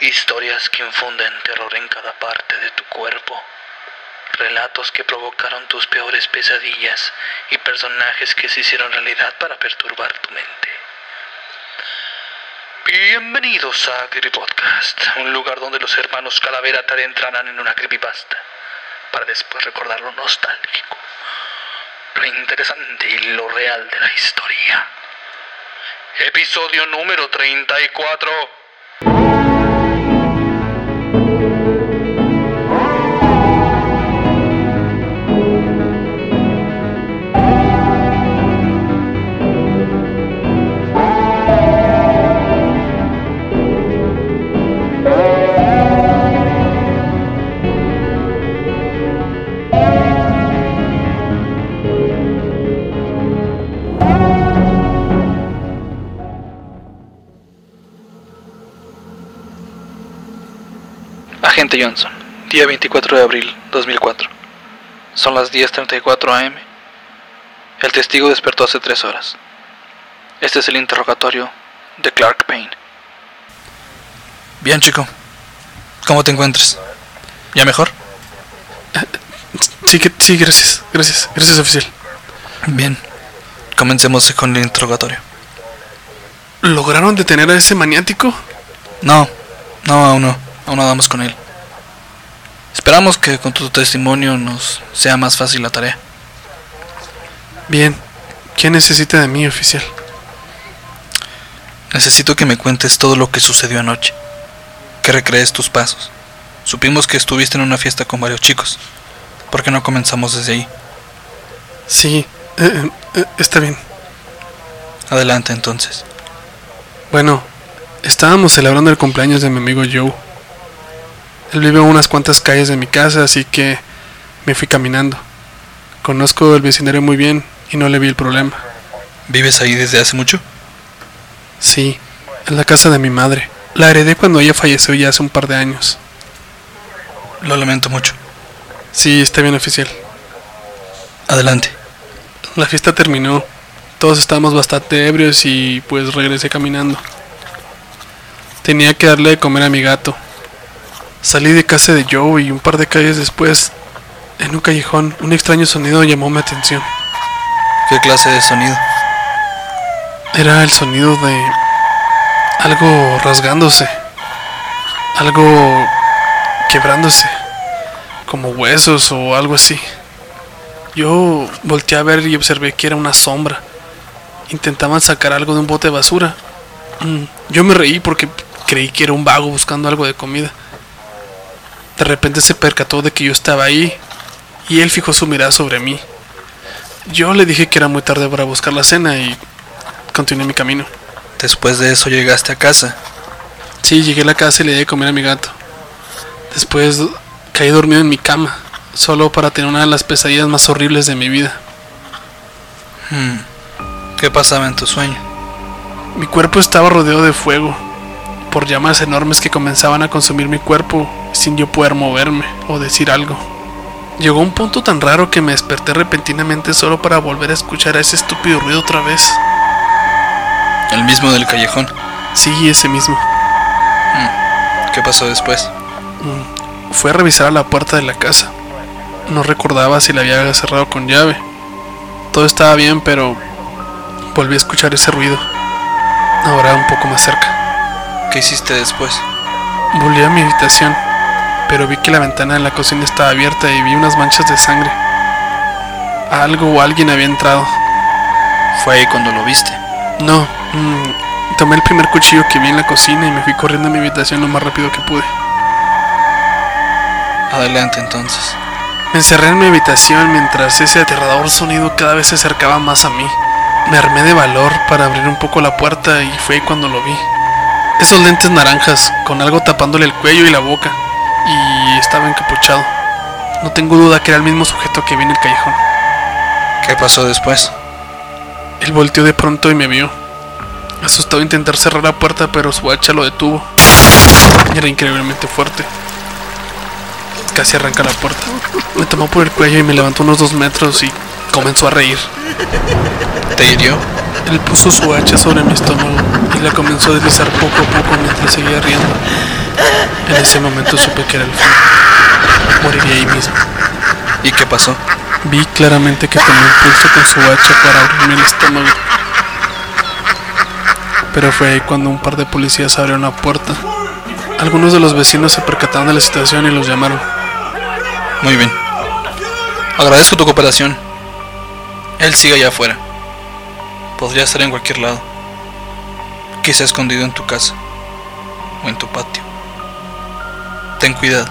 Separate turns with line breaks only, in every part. Historias que infunden terror en cada parte de tu cuerpo. Relatos que provocaron tus peores pesadillas y personajes que se hicieron realidad para perturbar tu mente. Bienvenidos a Creepypodcast, un lugar donde los hermanos Calavera te adentrarán en una creepypasta para después recordar lo nostálgico, lo interesante y lo real de la historia. Episodio número 34. Agente Johnson, día 24 de abril 2004. Son las 10.34 am. El testigo despertó hace tres horas. Este es el interrogatorio de Clark Payne.
Bien, chico. ¿Cómo te encuentras? ¿Ya mejor?
Sí, que- sí, gracias, gracias, gracias oficial.
Bien. Comencemos con el interrogatorio.
¿Lograron detener a ese maniático?
No, no, aún no. Aún no damos con él. Esperamos que con tu testimonio nos sea más fácil la tarea.
Bien. ¿Qué necesita de mí, oficial?
Necesito que me cuentes todo lo que sucedió anoche. Que recrees tus pasos. Supimos que estuviste en una fiesta con varios chicos. ¿Por qué no comenzamos desde ahí?
Sí, eh, eh, está bien.
Adelante entonces.
Bueno, estábamos celebrando el cumpleaños de mi amigo Joe. Él vive a unas cuantas calles de mi casa, así que me fui caminando. Conozco el vecindario muy bien y no le vi el problema.
¿Vives ahí desde hace mucho?
Sí, es la casa de mi madre. La heredé cuando ella falleció ya hace un par de años.
Lo lamento mucho.
Sí, está bien, oficial.
Adelante.
La fiesta terminó. Todos estábamos bastante ebrios y pues regresé caminando. Tenía que darle de comer a mi gato. Salí de casa de Joe y un par de calles después, en un callejón, un extraño sonido llamó mi atención.
¿Qué clase de sonido?
Era el sonido de algo rasgándose, algo quebrándose, como huesos o algo así. Yo volteé a ver y observé que era una sombra. Intentaban sacar algo de un bote de basura. Mm, Yo me reí porque creí que era un vago buscando algo de comida. De repente se percató de que yo estaba ahí y él fijó su mirada sobre mí. Yo le dije que era muy tarde para buscar la cena y continué mi camino.
Después de eso llegaste a casa.
Sí, llegué a la casa y le di de comer a mi gato. Después caí dormido en mi cama, solo para tener una de las pesadillas más horribles de mi vida.
Hmm. ¿Qué pasaba en tu sueño?
Mi cuerpo estaba rodeado de fuego, por llamas enormes que comenzaban a consumir mi cuerpo sin yo poder moverme o decir algo. Llegó un punto tan raro que me desperté repentinamente solo para volver a escuchar ese estúpido ruido otra vez.
El mismo del callejón.
Sí, ese mismo.
¿Qué pasó después?
Fui a revisar a la puerta de la casa. No recordaba si la había cerrado con llave. Todo estaba bien, pero volví a escuchar ese ruido. Ahora un poco más cerca.
¿Qué hiciste después?
Volví a mi habitación, pero vi que la ventana de la cocina estaba abierta y vi unas manchas de sangre. Algo o alguien había entrado.
Fue ahí cuando lo viste.
No, mm, tomé el primer cuchillo que vi en la cocina y me fui corriendo a mi habitación lo más rápido que pude.
Adelante entonces.
Me encerré en mi habitación mientras ese aterrador sonido cada vez se acercaba más a mí. Me armé de valor para abrir un poco la puerta y fue ahí cuando lo vi. Esos lentes naranjas, con algo tapándole el cuello y la boca, y estaba encapuchado. No tengo duda que era el mismo sujeto que vi en el callejón.
¿Qué pasó después?
Él volteó de pronto y me vio. Asustado intentar cerrar la puerta, pero su hacha lo detuvo. Era increíblemente fuerte. Casi arranca la puerta. Me tomó por el cuello y me levantó unos dos metros y comenzó a reír.
¿Te hirió?
Él puso su hacha sobre mi estómago y la comenzó a deslizar poco a poco mientras seguía riendo.
En ese momento supe que era el fin. Moriría ahí mismo.
¿Y qué pasó?
Vi claramente que tomó impulso con su hacha para abrirme el estómago. Pero fue ahí cuando un par de policías abrieron la puerta. Algunos de los vecinos se percataron de la situación y los llamaron.
Muy bien. Agradezco tu cooperación. Él sigue allá afuera. Podría estar en cualquier lado. Quizá escondido en tu casa. O en tu patio. Ten cuidado.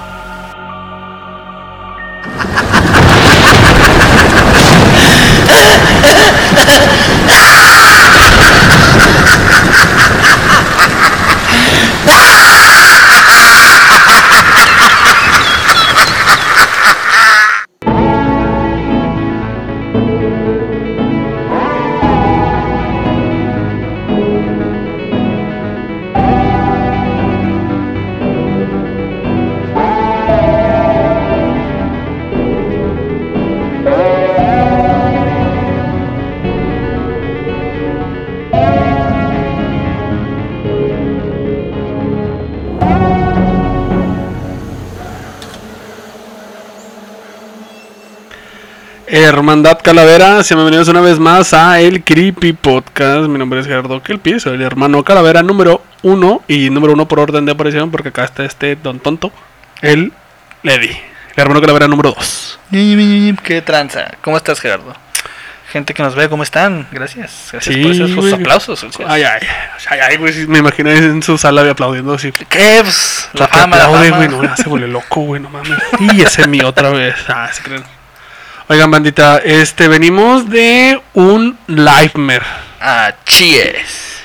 Eh, Hermandad Calavera, sean bienvenidos una vez más a El Creepy Podcast. Mi nombre es Gerardo Kelpi, soy el hermano Calavera número uno y número uno por orden de aparición porque acá está este don tonto, el Lady. El hermano Calavera número dos.
¿Qué tranza? ¿Cómo estás, Gerardo? Gente que nos ve, ¿cómo están? Gracias. Gracias
Sí,
por esos sus
güey.
aplausos. sus cosas.
Ay, ay, ay, ay, güey, sí, me imagino en su sala aplaudiendo así.
¿Qué? Pues, la
Te
fama, la
aplaude,
fama.
güey, no, ya se volvió loco, güey, no mames. Y ese es mi otra vez. Ah, se creen. Oigan, bandita, este, venimos de un Livemare.
Ah, cheers.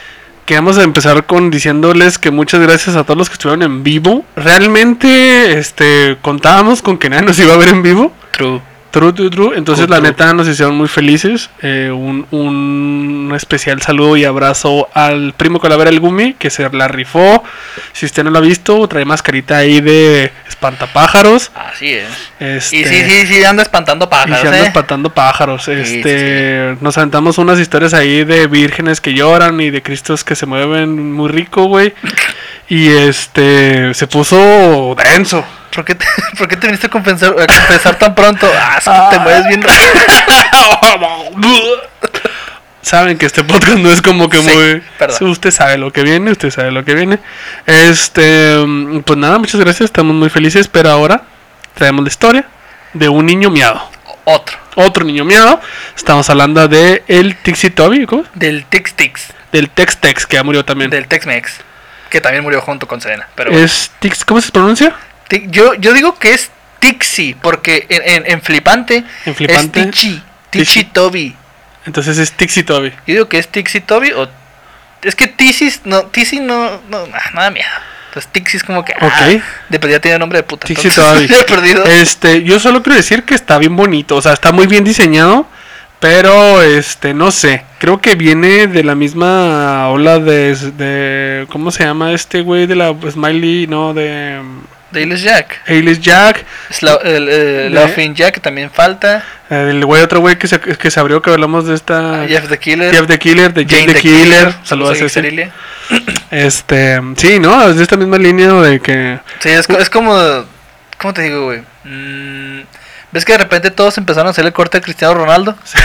Queremos empezar con diciéndoles que muchas gracias a todos los que estuvieron en vivo. Realmente, este, contábamos con que nadie nos iba a ver en vivo.
True.
True, true, true. Entonces,
True,
la
true.
neta, nos hicieron muy felices. Eh, un, un especial saludo y abrazo al primo Calavera El Gumi, que se la rifó. Si usted no lo ha visto, trae mascarita ahí de espantapájaros.
Así es.
Este,
Y sí, sí, sí, anda espantando
y
pájaros,
se andan
¿eh?
espantando pájaros.
sí,
Este, nos aventamos unas historias ahí de vírgenes que lloran y de cristos que se mueven muy rico, güey. Y este, se puso denso.
¿Por qué, te, ¿Por qué te viniste a compensar, a compensar tan pronto? Ah, es que te mueves bien raro.
Saben que este podcast no es como que
Sí,
muy.
perdón.
Usted sabe lo que viene, usted sabe lo que viene. Este, pues nada, muchas gracias, estamos muy felices, pero ahora traemos la historia de un niño miado.
Otro.
Otro niño miado. Estamos hablando de el Tixi Toby, ¿cómo? es?
Del Tex Tex.
Del Tex Tex, que ya murió también.
Del Tex Mex. Que también murió junto con Serena. Pero bueno.
es Tix, ¿cómo se pronuncia?
Ti- Yo, yo digo que es Tixi, porque en, en- en Flipante,
En Flipante.
es Tichi,
Tichi.
Tichi Toby.
Entonces es Tixi Toby.
Yo digo que es Tixi Toby o... Es que Tixis no, Tixi no, no, nah, nada miedo. Entonces Tixi es como que...
Ok.
Ah, de perdida tiene nombre de puta.
Tixi
entonces,
Toby.
ya he perdido.
Este, yo solo quiero decir que está bien bonito, o sea, está muy bien diseñado, pero este, no sé, creo que viene de la misma ola de, de ¿cómo se llama este güey de la Smiley, no, de um,
Daily's Jack.
Ailes Jack,
Sla- el, eh,
De-
Laughing Jack que también falta.
eh, el güey otro güey que se, que se abrió que hablamos de esta
Jeff the Killer.
Ah, Jeff the Killer, de Jane, the, Killer, saludos a
a
ese. Este, sí, no, es de esta misma línea de que
Sí, es, co- es como. ¿Cómo te digo, güey? Mm, ¿Ves que de repente todos empezaron a hacer el corte de Cristiano Ronaldo?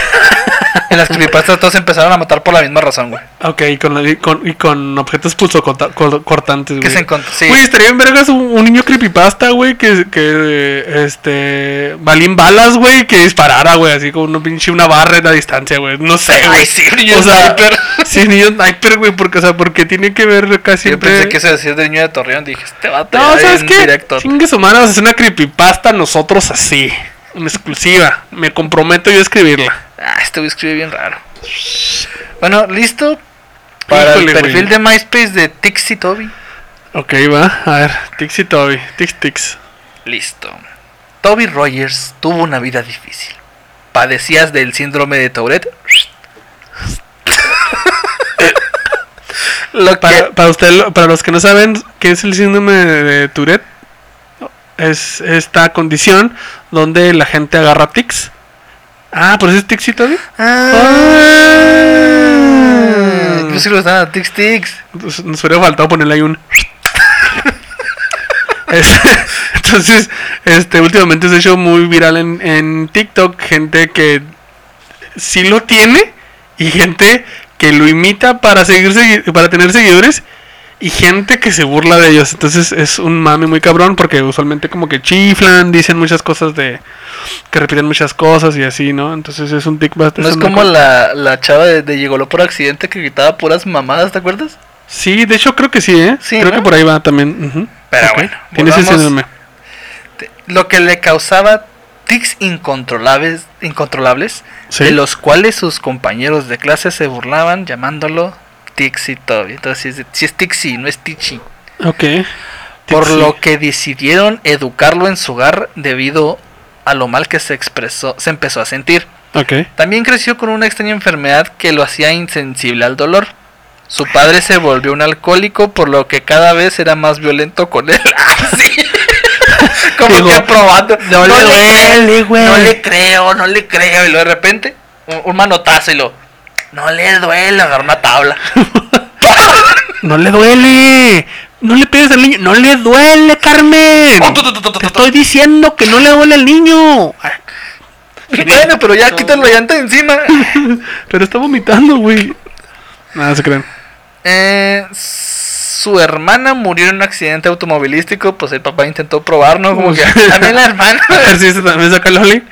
en las creepypastas todos empezaron a matar por la misma razón, güey.
Ok, y con, la- y con, y con objetos pulsocortantes,
Que
güey.
se encontró. Sí.
Güey, estaría en vergas un, un niño creepypasta, güey, que, que eh, este, balín balas, güey, que disparara, güey, así con una pinche una barra en la distancia, güey. No sé, güey.
Ay, sí, niño
o sea,
sniper.
sí, niño sniper, güey, porque, o sea, porque tiene que ver acá
Yo
siempre...
pensé que eso decía de niño de Torreón. Dije, este vato.
No,
ya
¿sabes
en
qué?
Directo.
Chingue su madre, vamos a hacer una creepypasta nosotros así, en exclusiva. Me comprometo yo a escribirla.
Ah, este güey escribe bien raro. Bueno, listo. Para
Híjole,
el
güey.
perfil de MySpace de Tixi Toby.
Ok, va, a ver, Tixi Toby, Tix Tix.
Listo. Toby Rogers tuvo una vida difícil. Padecías del síndrome de Tourette. Lo que-
Para, para usted, lo- para los que no saben qué es el síndrome de, de Tourette, es esta condición donde la gente agarra tics. Ah, por eso es tics y todo.
Ah. Yo sí lo estaba Tix Tix.
Nos, nos hubiera faltado ponerle ahí un. Es- entonces, este últimamente se ha hecho muy viral en, en TikTok gente que sí lo tiene y gente que lo imita para seguir segui- para tener seguidores y gente que se burla de ellos. Entonces es un mame muy cabrón porque usualmente como que chiflan, dicen muchas cosas de que repiten muchas cosas y así, ¿no? Entonces es un tic bastante
No es como la, la chava de, de Llegoló por accidente que gritaba puras mamadas, ¿te acuerdas?
Sí, de hecho creo que sí, ¿eh?
Sí,
creo
¿no?
que por ahí va también. ujú.
Pero
Ok,
bueno,
Tiene ese
volvamos.
síndrome.
Te- Lo que le causaba tics incontrolables, incontrolables
Sí.
de los cuales sus compañeros de clase se burlaban llamándolo Tixi Toby. Entonces, si es, sí es Tixi, no es Tichi.
Ok.
Por
Sí.
lo que decidieron educarlo en su hogar debido a lo mal que se expresó, se empezó a sentir.
Ok.
También creció con una extraña enfermedad que lo hacía insensible al dolor. Su padre se volvió un alcohólico, por lo que cada vez era más violento con él. Así. Como
Digo,
que probando.
"No le duele, güey".
No le creo, no le creo. Y luego de repente, un, un manotazo y lo. No le duele, agarró una tabla.
No le duele. No le pegues al niño. No le duele, Carmen.
Oh, tu, tu, tu, tu, tu,
Te
tu.
estoy diciendo que no le duele al niño. Ay,
Bueno, pero ya quítalo la llanta de encima.
Pero está vomitando, güey. Nada, se creen.
Eh, su hermana murió en un accidente automovilístico. Pues el papá intentó probar, ¿no? Como que también la hermana.
A ver si se también saca el Oli.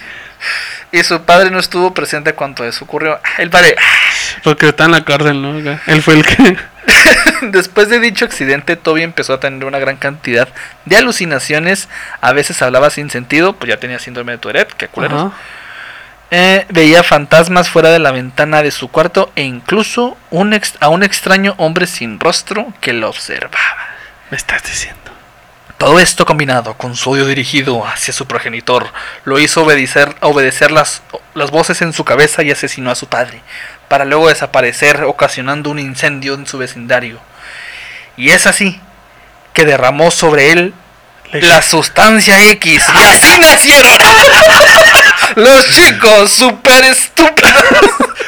Y su padre no estuvo presente cuando eso ocurrió. Ah, El padre,
Porque está en la cárcel, ¿no? Acá. Él fue el que.
después de dicho accidente, Toby empezó a tener una gran cantidad de alucinaciones. A veces hablaba sin sentido, pues ya tenía síndrome de Tourette, que culeros.
Ajá.
Eh, veía fantasmas fuera de la ventana de su cuarto e incluso un ex- a un extraño hombre sin rostro que lo observaba.
Me estás diciendo.
Todo esto combinado con su odio dirigido hacia su progenitor lo hizo obedecer, obedecer las, las voces en su cabeza y asesinó a su padre, para luego desaparecer ocasionando un incendio en su vecindario. Y es así que derramó sobre él la sustancia X. Y así nacieron los chicos super estúpidos.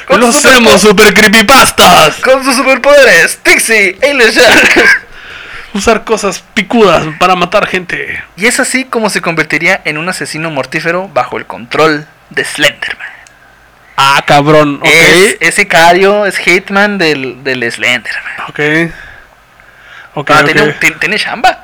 Con
Los
super-
hemos super creepypastas.
con sus superpoderes. Tixie, Alien Shark.
Usar cosas picudas para matar gente.
Y es así como se convertiría en un asesino mortífero bajo el control de Slenderman.
Ah, cabrón. Ok.
Es, es sicario, es hitman del, del Slenderman.
Ok. Ok.
Ah,
ok.
tiene, un- ti- tiene chamba.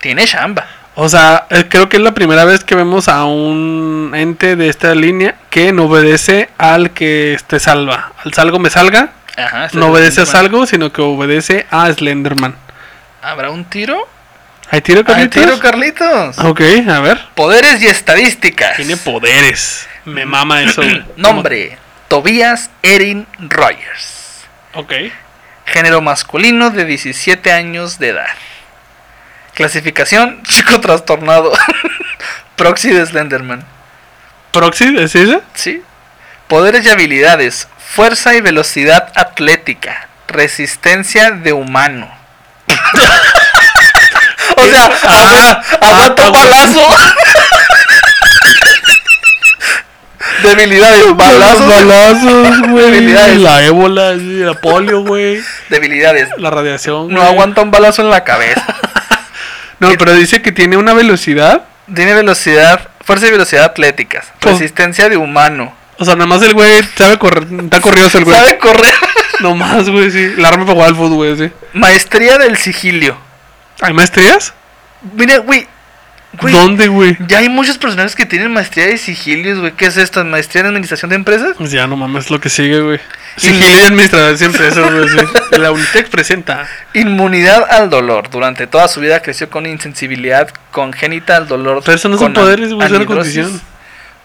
Tiene chamba.
O sea, eh, creo que es la primera vez que vemos a un ente de esta línea que no obedece al que te salva. Al salgo me salga,
Ajá, este
no
es
obedece a
Slenderman.
salgo, sino que obedece a Slenderman.
¿Habrá un tiro?
¿Hay tiro,
¿Hay
Carlitos? Ah,
tiro, Carlitos?
Ok, a ver.
Poderes y estadísticas.
Tiene poderes. Me mama eso. güey.
Nombre. Tobias Erin Rogers.
Ok.
Género masculino de 17 años de edad. Clasificación, chico trastornado. Proxy de Slenderman.
¿Proxy? ¿Es ese?
Sí. Poderes y habilidades. Fuerza y velocidad atlética. Resistencia de humano. o sea,
Ah,
agu- aguanta
ah,
un balazo. debilidades, balazos.
balazos, güey.
Habilidades.
La ébola, sí, la polio, güey.
Debilidades.
La radiación.
No
güey.
aguanta un balazo en la cabeza.
No, pero dice que tiene una velocidad.
Tiene velocidad, fuerza y velocidad atléticas.
Pues-
Resistencia de humano.
O sea, nada más el güey sabe correr. Está corrido el güey.
Sabe correr.
No más, güey, sí. La arma para jugar al fútbol, güey, sí.
Maestría del sigilio.
¿Hay maestrías?
Mira, güey. güey.
¿Dónde, güey?
Ya hay muchos personajes que tienen maestría de sigilios, güey. ¿Qué es esto? ¿Maestría en administración de empresas?
Pues ya no mames lo que sigue, güey. Sigilio y administrador siempre eso, güey, sí. La Unitec presenta.
Inmunidad al dolor. Durante toda su vida creció con insensibilidad congénita al dolor.
Pero eso no son
con an-
poderes, güey, es una
anhidrosis,
condición.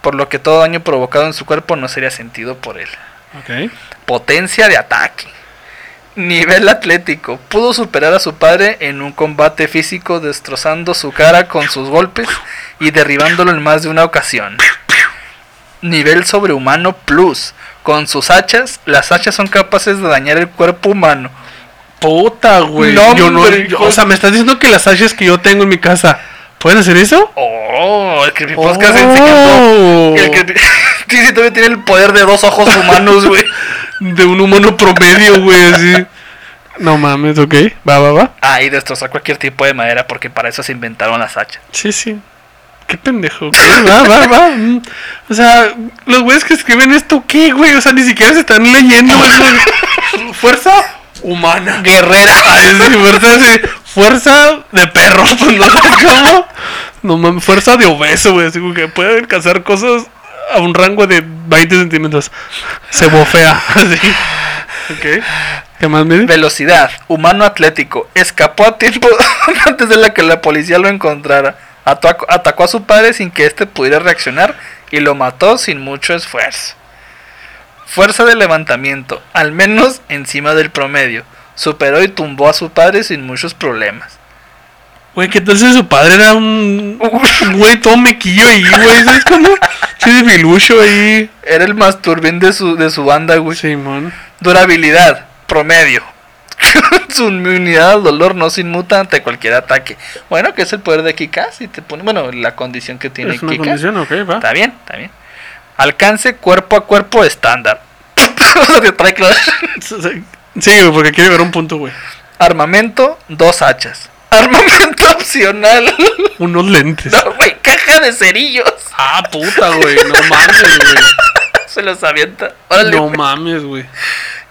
Por lo que todo daño provocado en su cuerpo no sería sentido por él.
Ok.
Potencia de ataque. Nivel atlético. Pudo superar a su padre en un combate físico destrozando su cara con sus golpes y derribándolo en más de una ocasión. Nivel sobrehumano plus. Con sus hachas, las hachas son capaces de dañar el cuerpo humano.
Puta, güey.
No,
yo no,
hombre,
yo-
hijo.
o sea, me estás diciendo que las hachas que yo tengo en mi casa, ¿pueden hacer eso?
Oh, el creepypodcast
Oh.
enseñando. El creepy- sí, sí, todavía tiene el poder de dos ojos humanos, güey.
De un humano promedio, güey, así. No mames, ok. Va, va, va.
Ah, y destrozar cualquier tipo de madera porque para eso se inventaron las hachas.
Sí, sí. Qué pendejo. ¿qué? Va, va, va. Mm. O sea, los güeyes que escriben esto, ¿qué, güey? O sea, ni siquiera se están leyendo. es como- Fuerza humana. Guerrera. Ay, sí, fuerza, sí. Fuerza de perro. pues, No sé cómo. No mames, fuerza de obeso, güey. Así como que puede alcanzar cosas a un rango de 20 centímetros. Se bofea. Así. Ok. ¿Qué más, mire?
Velocidad, humano atlético, escapó a tiempo antes de la que la policía lo encontrara. Atacó, atacó a su padre sin que éste pudiera reaccionar y lo mató sin mucho esfuerzo. Fuerza de levantamiento, al menos encima del promedio. Superó y tumbó a su padre sin muchos problemas.
Güey, que entonces su padre era un un güey todo mequillo ahí, güey, ¿sabes cómo? Sí, de filucho ahí.
Era el más turbín de su, de su banda, güey.
Simón.
Durabilidad, promedio. Su inmunidad al dolor no se inmuta ante cualquier ataque. Bueno, que es el poder de Kikas y te pone, bueno, la condición que tiene
Es una
Kikas.
condición, ok, va.
Está bien, está bien. Alcance cuerpo a cuerpo estándar. O sea, te trae clase.
Sí, güey, porque quiere ver un punto, güey.
Armamento, dos hachas. Armamento opcional.
Unos lentes.
No, güey, caja de cerillos.
Ah, puta, güey, no mames, güey.
Se los avienta. Órale, pues.
No
güey.
mames, güey.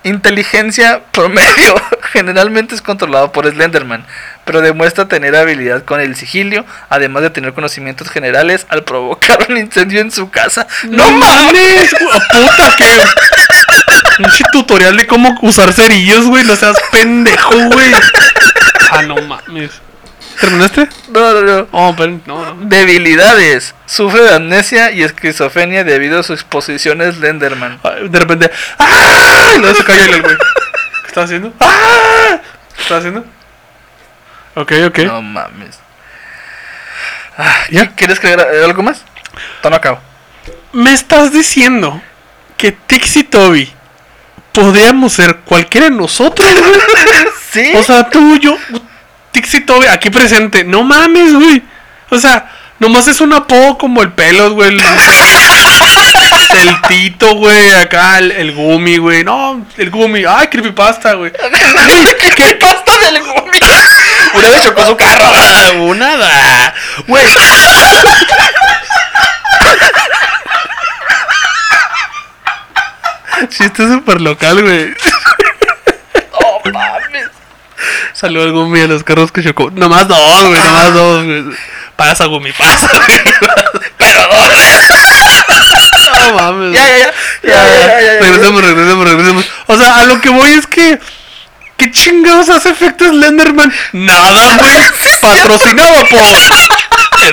Inteligencia promedio. Generalmente es controlado por Slenderman, pero demuestra tener habilidad con el sigilio, además de tener conocimientos generales al provocar un incendio en su casa. ¡No mames!
güey, Oh, puta, que. Un chi- tutorial de cómo usar cerillos, güey, no seas pendejo, güey. Ah, no mames. ¿Terminaste?
No, no, no.
Oh, pero no, no.
Debilidades. Sufre de amnesia y esquizofrenia debido a su exposición a Slenderman.
Ay, De repente, ¡ah! Y luego se cayó el güey. ¿Qué está haciendo? ¡Ah! ¿Qué está haciendo? Ok, ok.
No mames. Ah,
¿Ya?
¿Quieres creer algo más? Tono acabo.
Me estás diciendo que Tix y Toby podríamos ser cualquiera de nosotros, güey.
¿Sí?
O sea, tú, yo, Tix y Toby aquí presente. No mames, güey. O sea, nomás es un apodo como el pelos, güey. El, el Tito, güey. Acá el, el Gumi, güey. No, el Gumi. Ay, creepypasta, güey.
¿Qué pasta del gumi? Una vez chocó su carro.
Una da. Güey. Chiste súper local, güey.
No mames.
Salió el Gumi de los carros que chocó. Nomás dos, güey. Nomás dos, güey. Pasa, Gumi, pasa, güey.
Pero dos.
No mames.
Ya, ya, ya. Ya, ya, ya, ya, ya.
Regresemos, regresemos, regresemos. O sea, a lo que voy es que. ¿Qué chingados hace efecto Slenderman? Nada, güey. Patrocinado por.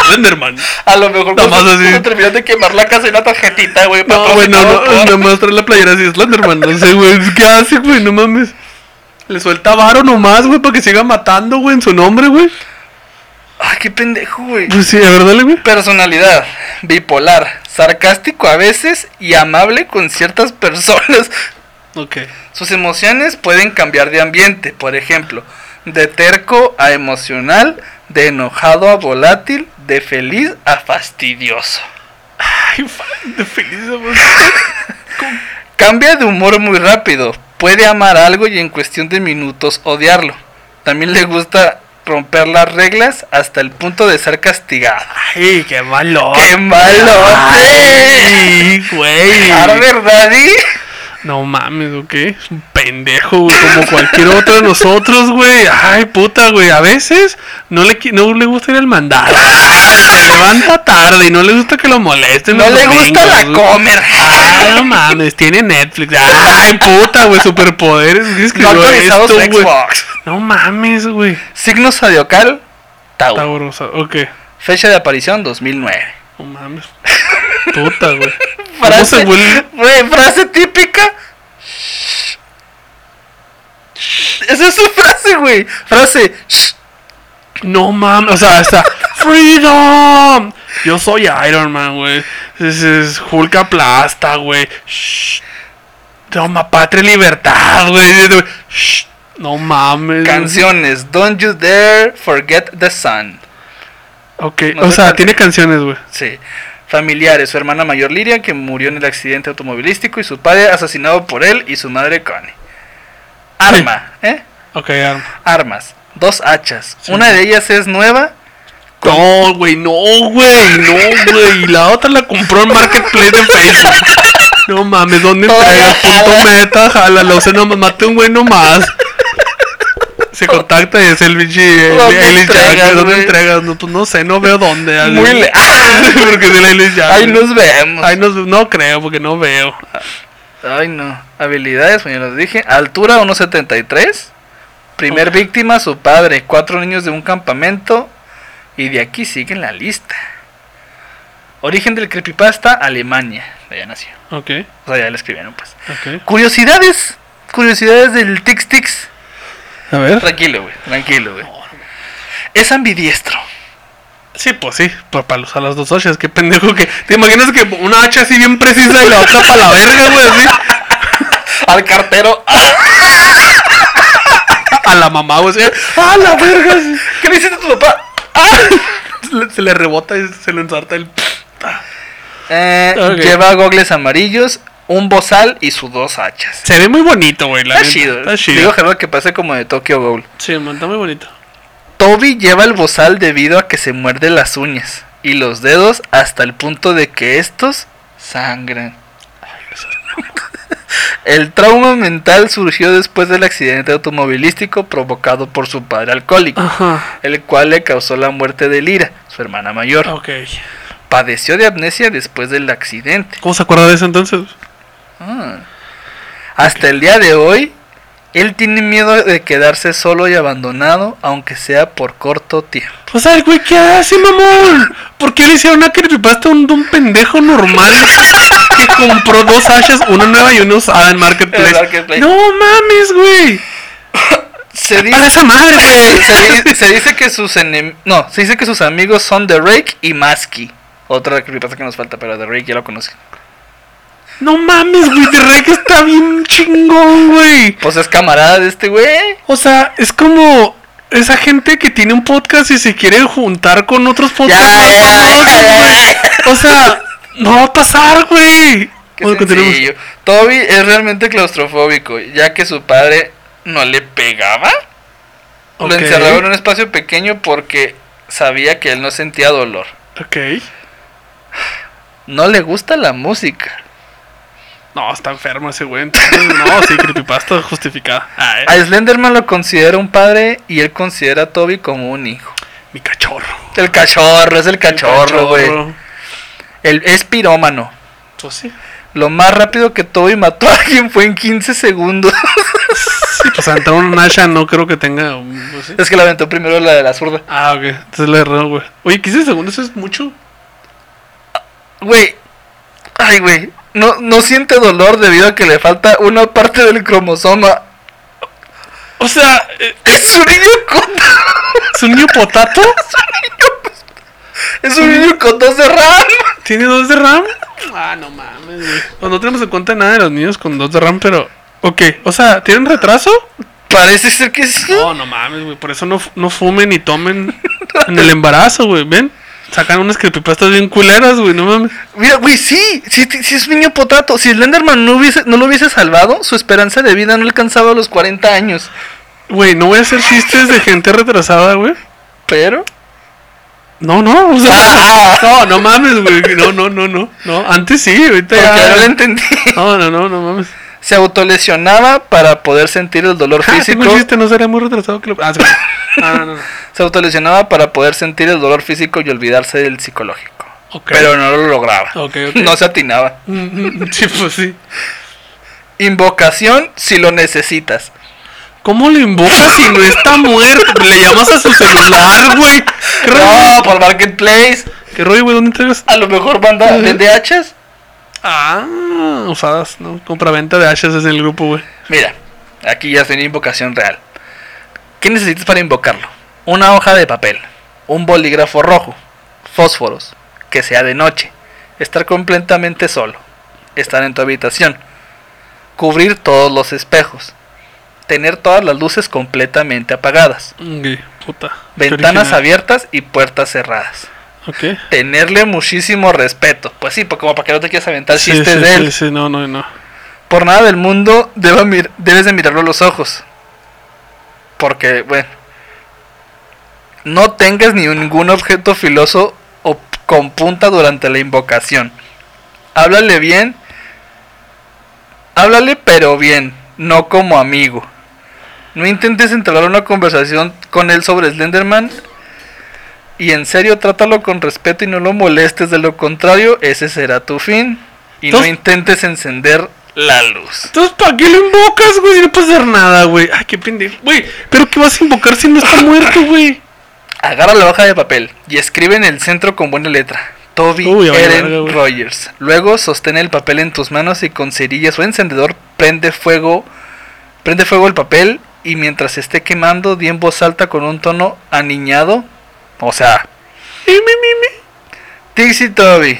Slenderman.
A lo mejor
Nomás
cuando,
así.
cuando terminas de quemar la casa y una tarjetita, güey.
No, güey, Ah, no,
patrocinado por-
no, no me trae la playera así, Slenderman. No sé, güey, ¿qué hace, güey? No mames. Le suelta varo nomás, güey, para que siga matando, güey, en su nombre, güey.
Ay, qué pendejo, güey.
Pues sí, a ver, dale, güey.
Personalidad, bipolar, sarcástico a veces y amable con ciertas personas.
Ok.
Sus emociones pueden cambiar de ambiente, por ejemplo, de terco a emocional, de enojado a volátil, de feliz a fastidioso.
Ay, fa- de feliz, amor.
Cambia de humor muy rápido. Puede amar algo y en cuestión de minutos odiarlo. También le gusta romper las reglas hasta el punto de ser castigado.
Ay, qué malo.
¡Qué malo!
Ay, güey.
verdad, y?
No mames, ok. Es un pendejo, güey, como cualquier otro de nosotros, güey. Ay, puta, güey. A veces no le, qui- no le gusta ir al mandado. Se levanta tarde y no le gusta que lo Ah, molesten.
No
los
le gusta
domingos,
la
güey.
comer.
Ay, no mames, tiene Netflix. Ay, puta, güey, superpoderes. ¿Quién
No
escribió
autorizado
esto,
su
güey?
Xbox.
No mames, güey.
Signo zodiacal, Tauro.
Taurosa, ok.
Fecha de aparición 2009.
No mames. Puta, güey. ¿Cómo se
Frase,
vuelve?
güey, frase típica. Esa es su frase, güey. Frase.
No mames, o sea, está Freedom. Yo soy Iron Man, güey. Es, es Hulk aplasta, güey. Shh. Toma, patria y libertad, güey. Shh. No mames.
Canciones. Don't you dare forget the sun.
Ok,
No
o
sé
sea,
cuál-
tiene canciones, güey.
Sí. Familiares. Su hermana mayor Liria, que murió en el accidente automovilístico, y su padre asesinado por él y su madre Connie. Arma, ¿eh?
Ok, Arm.
Armas, dos hachas. Una de ellas es nueva.
No, güey, no, güey, no, güey. Y la otra la compró en Marketplace de Facebook. No mames, ¿dónde
Toda
entrega? Punto
jala.
meta, jálala. O sea, no mate un güey nomás. Se contacta y es el pinche. El,
¿Dónde
el Ellis
entregas,
Jack, ¿Dónde
güey?
entregas? No, pues no sé, no veo dónde.
Muy le- ¡Ah!
Porque es el Ellis Jack.
Ahí nos vemos.
Ay, no, no creo, porque no veo.
Ay, no. Habilidades, pues ya los dije. Altura 1.73. Primer víctima, su padre. Cuatro niños de un campamento. Y de aquí sigue la lista. Origen del creepypasta, Alemania. De allá nació.
Ok,
O sea, ya le escribieron, pues.
ok.
Curiosidades. Curiosidades del Tix Tix.
A ver.
Tranquilo, güey. Tranquilo, güey. Es ambidiestro.
Sí, pues sí, pa- para usar las dos hachas, qué pendejo que. ¿Te imaginas que una hacha así bien precisa y la otra para la verga, güey? Así.
Al cartero. Ah,
A la mamá, güey. así, A la verga. así.
¿Qué le hiciste a tu papá?
Se le- Se le rebota y se le ensarta el.
Eh,
Ok.
Lleva gogles amarillos, un bozal y sus dos hachas.
Se ve muy bonito, güey. La
Está
neta.
chido.
Está chido. ¿eh?
Digo Gerardo que pase como de Tokyo Ghoul.
Sí, man, está muy bonito.
Toby lleva el bozal debido a que se muerde las uñas y los dedos hasta el punto de que estos sangran. El trauma mental surgió después del accidente automovilístico provocado por su padre alcohólico,
Ajá.
el cual le causó la muerte de Lira, su hermana mayor.
Ok.
Padeció de amnesia después del accidente.
¿Cómo se acuerda de eso entonces?
Ah. Hasta el día de hoy, él tiene miedo de quedarse solo y abandonado, aunque sea por corto tiempo.
O sea, el güey, ¿qué hace, mamón? ¿Por qué le hicieron una creepypasta a un, de un pendejo normal que compró dos hachas, una nueva y una usada en Marketplace?
En Marketplace.
No mames, güey.
Se
Para
dice,
esa madre, güey.
se di- se dice que sus enem- no, se dice que sus amigos son The Rake y Maski. Otra creepypasta que nos falta, pero The Rake ya lo conocen.
No mames, güey. De verdad que está bien chingón, güey.
Pues es camarada de este güey.
O sea, es como esa gente que tiene un podcast y se quiere juntar con otros podcasts.
ya, ya, ya, ya,
O sea, no va a pasar, güey.
Qué
Bueno, continuemos.
sencillo. Toby es realmente claustrofóbico, ya que su padre no le pegaba.
Ok.
Lo encerraba en un espacio pequeño porque sabía que él no sentía dolor.
Ok.
No le gusta la música.
No, está enfermo ese güey. entonces, no, sí, creepypasta justificada. Ah, eh.
A Slenderman lo considera un padre y él considera a Toby como un hijo.
mi cachorro.
El cachorro, es el cachorro,
Mi
güey. El- Es pirómano.
Pues sí.
Lo más rápido que Toby mató a alguien fue en 15 segundos.
Sí, pues entrar un Nasha no creo que tenga. un- pues sí.
es que la aventó primero la de la zurda.
Ah, ok. Entonces le erró, güey. Oye, 15 segundos eso es mucho.
Güey. Ay, güey. No, no siente dolor debido a que le falta una parte del cromosoma.
O sea, eh,
Es un niño con,
¿es un niño potato?
es un niño con 12 RAM.
¿Tiene dos de RAM? Ah, no mames, güey. Pues no tenemos en cuenta nada de los niños con dos de RAM, pero. Ok, o sea, ¿tienen retraso?
Parece ser que sí.
No, no mames, güey. Por eso no, fu- no fumen ni tomen en el embarazo, güey. Ven, sacan unas creepypastas bien culeras, güey. No mames.
Mira, güey, sí, sí, ti- sí es un niño potato. Si Slenderman no, hubiese, no lo hubiese salvado, su esperanza de vida no alcanzaba los 40 años.
Güey, no voy a hacer chistes de gente retrasada, güey.
Pero,
No, no, o sea, no, no mames, güey. No, no, no, no. No, antes sí, ahorita
porque
ya.
no lo entendí.
No, no, no, no mames.
Se autolesionaba para poder sentir el dolor
Ah,
físico.
tengo un chiste, no sería muy retrasado que lo. Ah, sí. Ah, no, no, no.
Se autolesionaba para poder sentir el dolor físico y olvidarse del psicológico.
Ok.
Pero no lo lograba.
Ok, ok.
No se atinaba.
Mm, mm, Sí, pues sí.
Invocación si lo necesitas.
¿Cómo lo invocas si no está muerto? Le llamas a su celular, güey. ¿Qué rollo?
No, por Marketplace.
¿Qué rollo, güey? ¿Dónde entregas?
A lo mejor banda de DHs.
Ah, usadas, ¿no? Compraventa de hachas es en el grupo, güey.
Mira, aquí ya tiene invocación real. ¿Qué necesitas para invocarlo? Una hoja de papel, un bolígrafo rojo, fósforos, que sea de noche, estar completamente solo, estar en tu habitación, cubrir todos los espejos, tener todas las luces completamente apagadas,
Ok, puta.
ventanas
Qué
abiertas y puertas cerradas.
original. Ok.
Tenerle muchísimo respeto. Pues sí, porque como para que no te quieras aventar
Sí,
chistes
sí,
de él.
sí, sí, no, no, no.
Por nada del mundo deba mir- debes de mirarlo a los ojos. Porque, bueno. No tengas ningún objeto filoso o p- con punta durante la invocación. Háblale bien. Háblale pero bien, no como amigo. No intentes entablar una conversación con él sobre Slenderman. Y en serio, trátalo con respeto y no lo molestes. De lo contrario, ese será tu fin. Y no
Entonces-
intentes encender la luz.
Entonces, ¿para qué lo invocas, güey? Si no puedes hacer nada, güey. Ay, qué pendejo. Güey, ¿pero qué vas a invocar si no está muerto, güey?
Agarra la hoja de papel y escribe en el centro con buena letra. Toby
Uy, ya valió verga,
Eren
güey.
Rogers. Luego sostén el papel en tus manos y con cerillas o encendedor prende fuego, prende fuego el papel y mientras esté quemando di en voz alta con un tono aniñado, o sea,
Y mi, mi, mi.
Tixie Toby,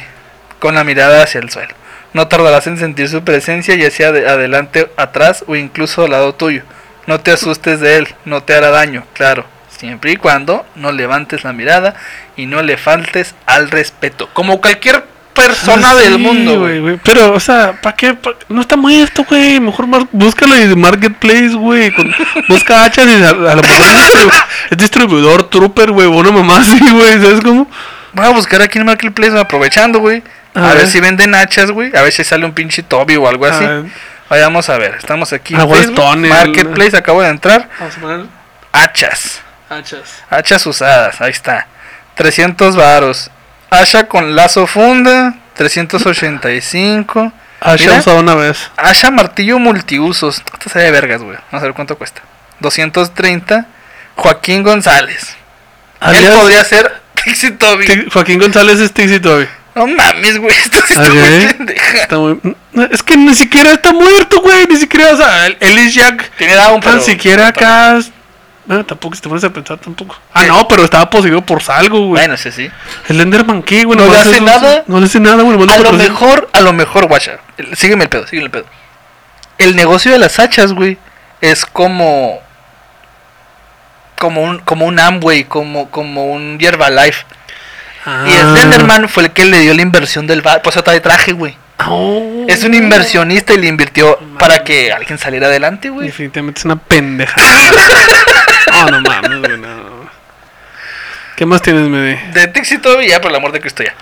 con la mirada hacia el suelo. No tardarás en sentir su presencia, ya sea de adelante, atrás o incluso al lado tuyo. No te asustes de él, no te hará daño, claro. Siempre y cuando no levantes la mirada y no le faltes al respeto. Como cualquier persona
Ah, Sí,
del mundo, güey.
güey, güey. Pero, o sea, ¿para qué? Pa- No está muerto, güey. Mejor mar- búscalo en Marketplace, güey. Con- Busca hachas y a, a lo mejor es, distribu- es distribuidor trooper, güey. Una mamá así, güey. ¿Sabes cómo?
Voy a buscar aquí en Marketplace aprovechando, güey.
A
A, ver.
ver.
si venden hachas, güey. A ver si sale un pinche Toby o algo así.
ver.
Vayamos a ver. Estamos aquí. en
Ah, Wall
Facebook,
Stone, el-
Marketplace, acabo de entrar.
Vamos a poner
Hachas.
hachas.
Hachas usadas, ahí está. 300 varos. Hacha con lazo funda, 385.
Hacha
Mira.
usado Ah, una vez.
Hacha martillo multiusos. Esta se ve de vergas, güey. Vamos a ver cuánto cuesta. 230. Joaquín González. Él
Alias-
podría ser Pixie Toby.
Ti- Joaquín González es Tixi Toby.
No mames, güey. Esto sí está
Ok.
muy pendeja.
Está muy- No, Es que ni siquiera está muerto, güey. Ni siquiera, o sea, el- él es Jack.
Tiene Down, pero...
Tan siquiera acá. Bueno, tampoco, si te pones a pensar, tampoco. Ah, no, pero estaba poseído por algo, güey.
Bueno, sí, sí.
El Enderman, ¿qué, güey?
No le
Nomás
hace
es un-
nada.
No le hace nada, güey. nomás
A
le
lo
patrocina.
mejor, a lo mejor, guacha. el- Sígueme el pedo, sígueme el pedo. El negocio de las hachas, güey, es como. Como un, como un Amway, como, como un Life.
Ah.
Y Slenderman fue el que le dio la inversión del bar. Pues está de traje, güey.
Oh.
Es un inversionista y le invirtió para que alguien saliera adelante, güey.
Definitivamente es una pendejada. Ah, no mames, güey. No. ¿Qué más tienes, Medi?
De Tixi Toby, ya, por el amor de Cristo, ya.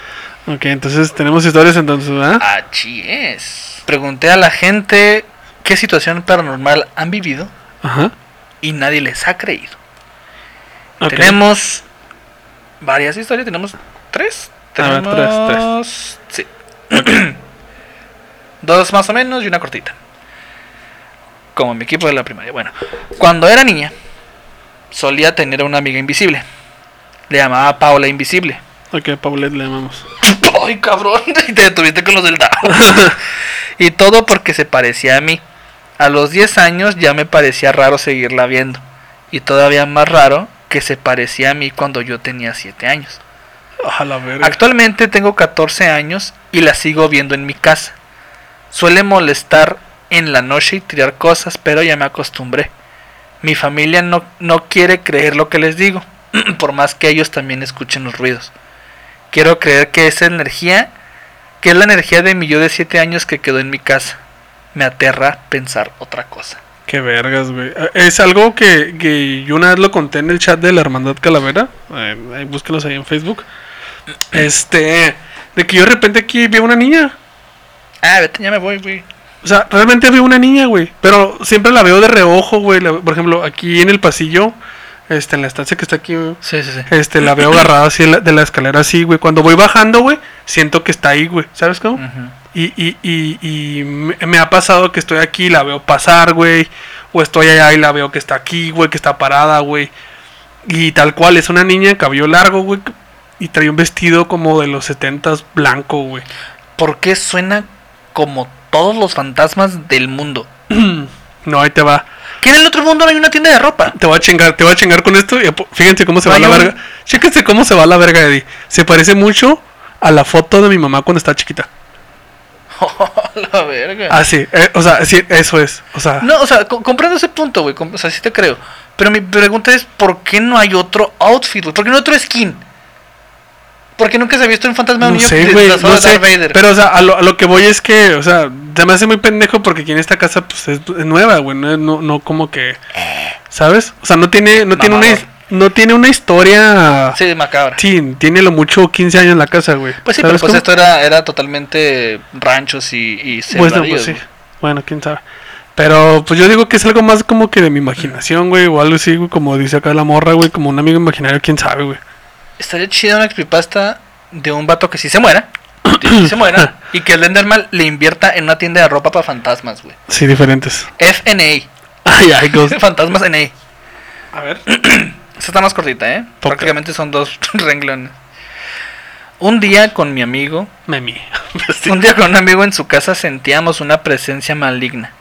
Ok, entonces tenemos historias, entonces, ¿verdad?
Ah, Así es. Pregunté a la gente qué situación paranormal han vivido
Ajá.
y nadie les ha creído.
Ok.
Tenemos varias historias, tenemos Ah, tres.
A ver,
Tenemos
tres,
Sí. Dos más o menos y una cortita. Como mi equipo de la primaria. Bueno, cuando era niña, solía tener a una amiga invisible. Le llamaba Paola Invisible.
Ok, Paulette le llamamos.
¡Ay, cabrón! Y te detuviste con los del Dao. y todo porque se parecía a mí. A los 10 años ya me parecía raro seguirla viendo. Y todavía más raro que se parecía a mí cuando yo tenía 7 años. Ah,
A la verga.
Actualmente tengo 14 años y la sigo viendo en mi casa. Suele molestar en la noche y tirar cosas, pero ya me acostumbré. Mi familia no, no quiere creer lo que les digo, por más que ellos también escuchen los ruidos. Quiero creer que esa energía, que es la energía de mi yo de 7 años que quedó en mi casa. Me aterra pensar otra cosa.
Qué vergas, güey. Eh, Es algo que, que yo una vez lo conté en el chat de la Hermandad Calavera. Eh, ahí búsquenlos ahí en Facebook. Este, de que yo de repente aquí vi a una niña.
Ah, vete, ya me voy, güey.
O sea, realmente veo una niña, güey. Pero siempre la veo de reojo, güey. La- Por ejemplo, aquí en el pasillo, este, en la estancia que está aquí, güey,
Sí, sí, sí.
este, la veo agarrada así en la- de la escalera, así, güey. Cuando voy bajando, güey, siento que está ahí, güey. ¿Sabes cómo?
Ujú.
Y, y, y, y me me ha pasado que estoy aquí y la veo pasar, güey. O estoy allá y la veo que está aquí, güey, que está parada, güey. Y tal cual, es una niña de cabello largo, güey. Y trae un vestido como de los setentas blanco, güey.
¿Por qué suena como todos los fantasmas del mundo?
No, ahí te va.
Que en el otro mundo no hay una tienda de ropa.
Te voy a chingar, te voy a chingar con esto. Y apo- fíjense cómo se va
Vaya,
la
güey.
verga. Chéquense cómo se va la verga, Eddie. Se parece mucho a la foto de mi mamá cuando estaba chiquita.
Oh, la verga.
Ah, sí. eh, o sea, sí, eso es. O sea,
No, o sea, co- comprendo ese punto, güey. com- O sea, sí te creo. Pero mi pregunta es, ¿por qué no hay otro outfit, güey? ¿Por qué no hay otro skin? Porque nunca se ha visto un fantasma de un
No
niño
sé,
que
güey,
disfrazado
no
de
sé,
Darth Vader.
pero o sea, a lo, a lo que voy es que, o sea, se me hace muy pendejo porque aquí en esta casa pues es, es nueva, güey, no, no, no como que ¿Sabes? O sea, no tiene, no tiene una,
Mamador.
no tiene una historia. Sí.
Sí, macabra.
tiene lo mucho 15 años en la casa, güey.
Pues sí, pero
¿Sabes
pues
cómo?
esto era, era totalmente ranchos y, y
Pues no,
sembradíos,
pues sí.
güey.
Bueno, quién sabe. Pero pues yo digo que es algo más como que de mi imaginación, güey, o algo así, güey, como dice acá la morra, güey, como un amigo imaginario, quién sabe, güey.
Estaría chida una creepypasta de un vato que sí se muera. que sí se muera. Y que el Enderman le invierta en una tienda de ropa para fantasmas, güey.
Sí, diferentes.
FNA.
Ay, ay, ghost.
fantasmas NA.
A ver.
Esta está más cortita, ¿eh?
Toca.
Prácticamente son dos renglones. Un día con mi amigo,
Memi.
un día con un amigo en su casa sentíamos una presencia maligna.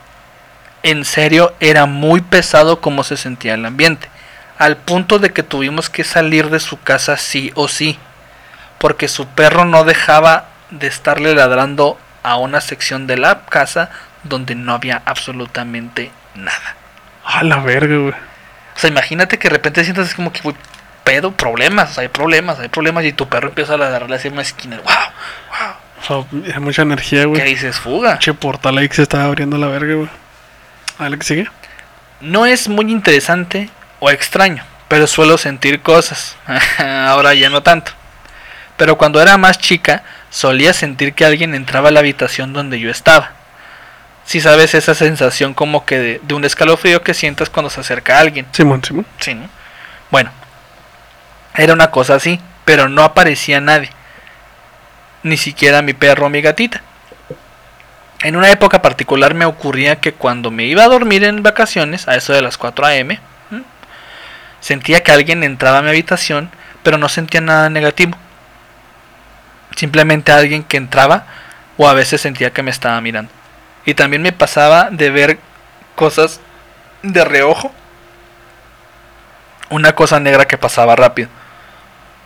En serio, era muy pesado como se sentía el ambiente, al punto de que tuvimos que salir de su casa sí o sí, porque su perro no dejaba de estarle ladrando a una sección de la casa donde no había absolutamente nada.
A la verga, güey.
O sea, imagínate que de repente sientas como que, güey, pedo, problemas, hay problemas, hay problemas, y tu perro empieza a ladrarle hacia una esquina. ¡Wow!
O sea, es mucha energía,
¿Qué
güey.
dices? Fuga.
Che, portal ahí que se está abriendo a la verga, güey. A ver, ¿qué sigue?
No es muy interesante o extraño, pero suelo sentir cosas. Ahora ya no tanto. Pero cuando era más chica, solía sentir que alguien entraba a la habitación donde yo estaba. Si sabes esa sensación como que de, de un escalofrío que sientas cuando se acerca alguien.
Simón, Simón.
Sí, ¿no? Bueno, era una cosa así, pero no aparecía nadie. Ni siquiera mi perro o mi gatita. En una época particular me ocurría que cuando me iba a dormir en vacaciones, a eso de las 4 a.m., ¿m? sentía que alguien entraba a mi habitación, pero no sentía nada negativo. Simplemente alguien que entraba o a veces sentía que me estaba mirando. Y también me pasaba de ver cosas de reojo una cosa negra que pasaba rápido.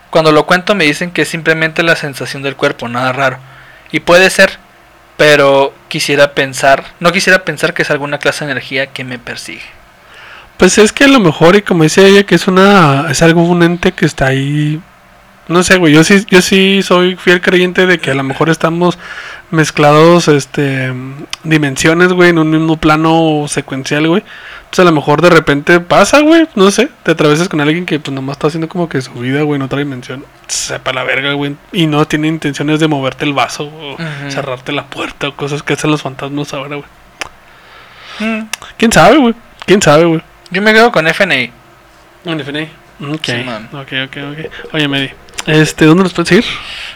Cuando lo cuento me dicen que es simplemente la sensación del cuerpo, nada raro. Y puede ser, pero quisiera pensar, no quisiera pensar que es alguna clase de energía que me persigue.
Pues es que a lo mejor, y como dice ella, que es una. Es algo, un ente que está ahí. No sé, güey. Yo sí, yo sí soy fiel creyente de que a lo mejor estamos mezclados, este. Dimensiones, güey, en un mismo plano secuencial, güey. Pues a lo mejor de repente pasa, güey. No sé. Te atravesas con alguien que, pues nomás está haciendo como que su vida, güey, en otra dimensión. Sepa la verga, güey. Y no tiene intenciones de moverte el vaso, o
Ujú.
cerrarte la puerta, o cosas que hacen los fantasmas ahora, güey. ¿Quién sabe, güey? ¿Quién sabe, güey?
Mm, Yo me quedo con FNI.
Bueno, FNA. Ok,
Simón.
ok, ok, ok. Oye, Medi, este, ¿dónde nos puedes ir?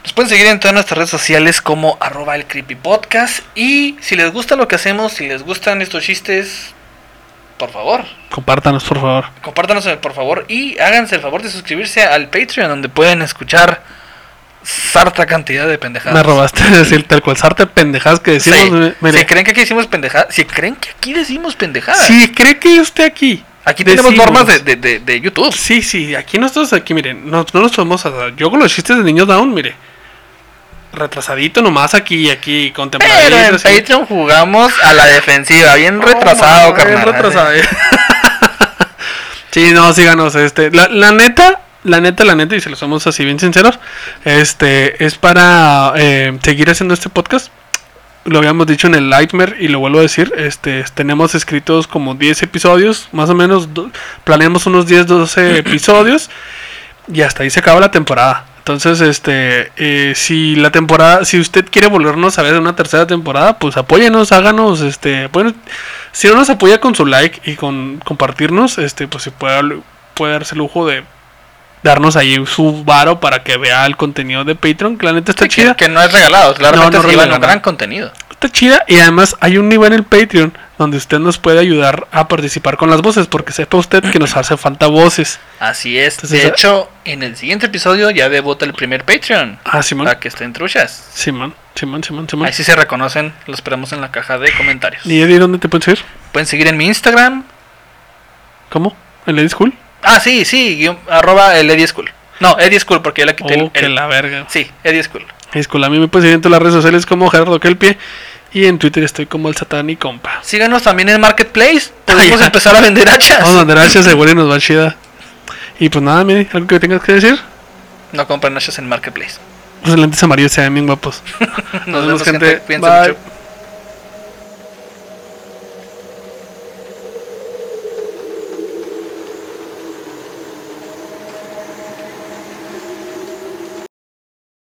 Nos pueden seguir en todas nuestras redes sociales como arroba el creepy podcast. Y si les gusta lo que hacemos, si les gustan estos chistes, por favor,
Compártanos, por favor.
compártanos eh, por favor y háganse el favor de suscribirse al Patreon donde pueden escuchar sarta cantidad de pendejadas.
Me robaste decir tal cual, sarte pendejadas que
Sí.
decimos. me- mire,
Si creen que aquí decimos pendejadas, si creen que aquí decimos pendejadas,
si cree que esté aquí.
aquí tenemos
decimos-
normas de, de- de- de YouTube.
Sí, sí, aquí nosotros, aquí, miren, no, no nos podemos. atrasar. Yo con los chistes de niños down, mire. Retrasadito nomás aquí, aquí, contemporáneo.
Pero en Patreon jugamos a la defensiva, bien retrasado, carnal.
retrasado. eh. sí, no, síganos. Este, la, la neta, la neta, la neta, y se lo somos así bien sinceros, este, es para eh, seguir haciendo este podcast. Lo habíamos dicho en el Lightmare y lo vuelvo a decir. Este, tenemos escritos como 10 episodios, más o menos. do- planeamos unos 10, 12 episodios. Y hasta ahí se acaba la temporada. Entonces, este, eh, si la temporada, si usted quiere volvernos a ver en una tercera temporada, pues apóyenos, háganos, este, bueno, si no nos apoya con su like y con compartirnos, este, pues se puede, puede darse el lujo de darnos ahí su varo para que vea el contenido de Patreon, que la neta está
Sí,
chida.
Que, que no es regalado, claramente
No, no
se llevan un
regalado.
gran contenido.
Está chida y además hay un nivel en el Patreon donde usted nos puede ayudar a participar con las voces, porque sepa usted que nos hace falta voces.
Así es.
Entonces,
de
eh,
hecho, en el siguiente episodio ya debuta el primer Patreon.
Ah, Simón.
Para que estén truchas.
Simón, Simón, Simón, Simón.
Ahí sí se reconocen, lo esperamos en la caja de comentarios.
¿Y Eddie dónde te pueden seguir?
Pueden seguir en mi Instagram.
¿Cómo? ¿En Lady School?
Ah, sí, sí, guión- arroba el Eddie School. No, Eddie School, porque ya le quité
Oh,
el,
que
el-
la verga.
Sí, Eddie School.
Lady School. A mí me pueden seguir en todas las redes sociales como Gerardo Kelpie. Y en Twitter estoy como el Satán y compa.
Síganos también en Marketplace. Podemos
ya.
empezar a vender hachas.
Vamos a mandar hachas, seguro y nos va chida. Y pues nada, mire, algo que tengas que decir. Pues
No compren hachas en Marketplace.
Los lentes amarillos se ven bien guapos.
Nos, vemos, gente. Cuídense
Bye.
mucho.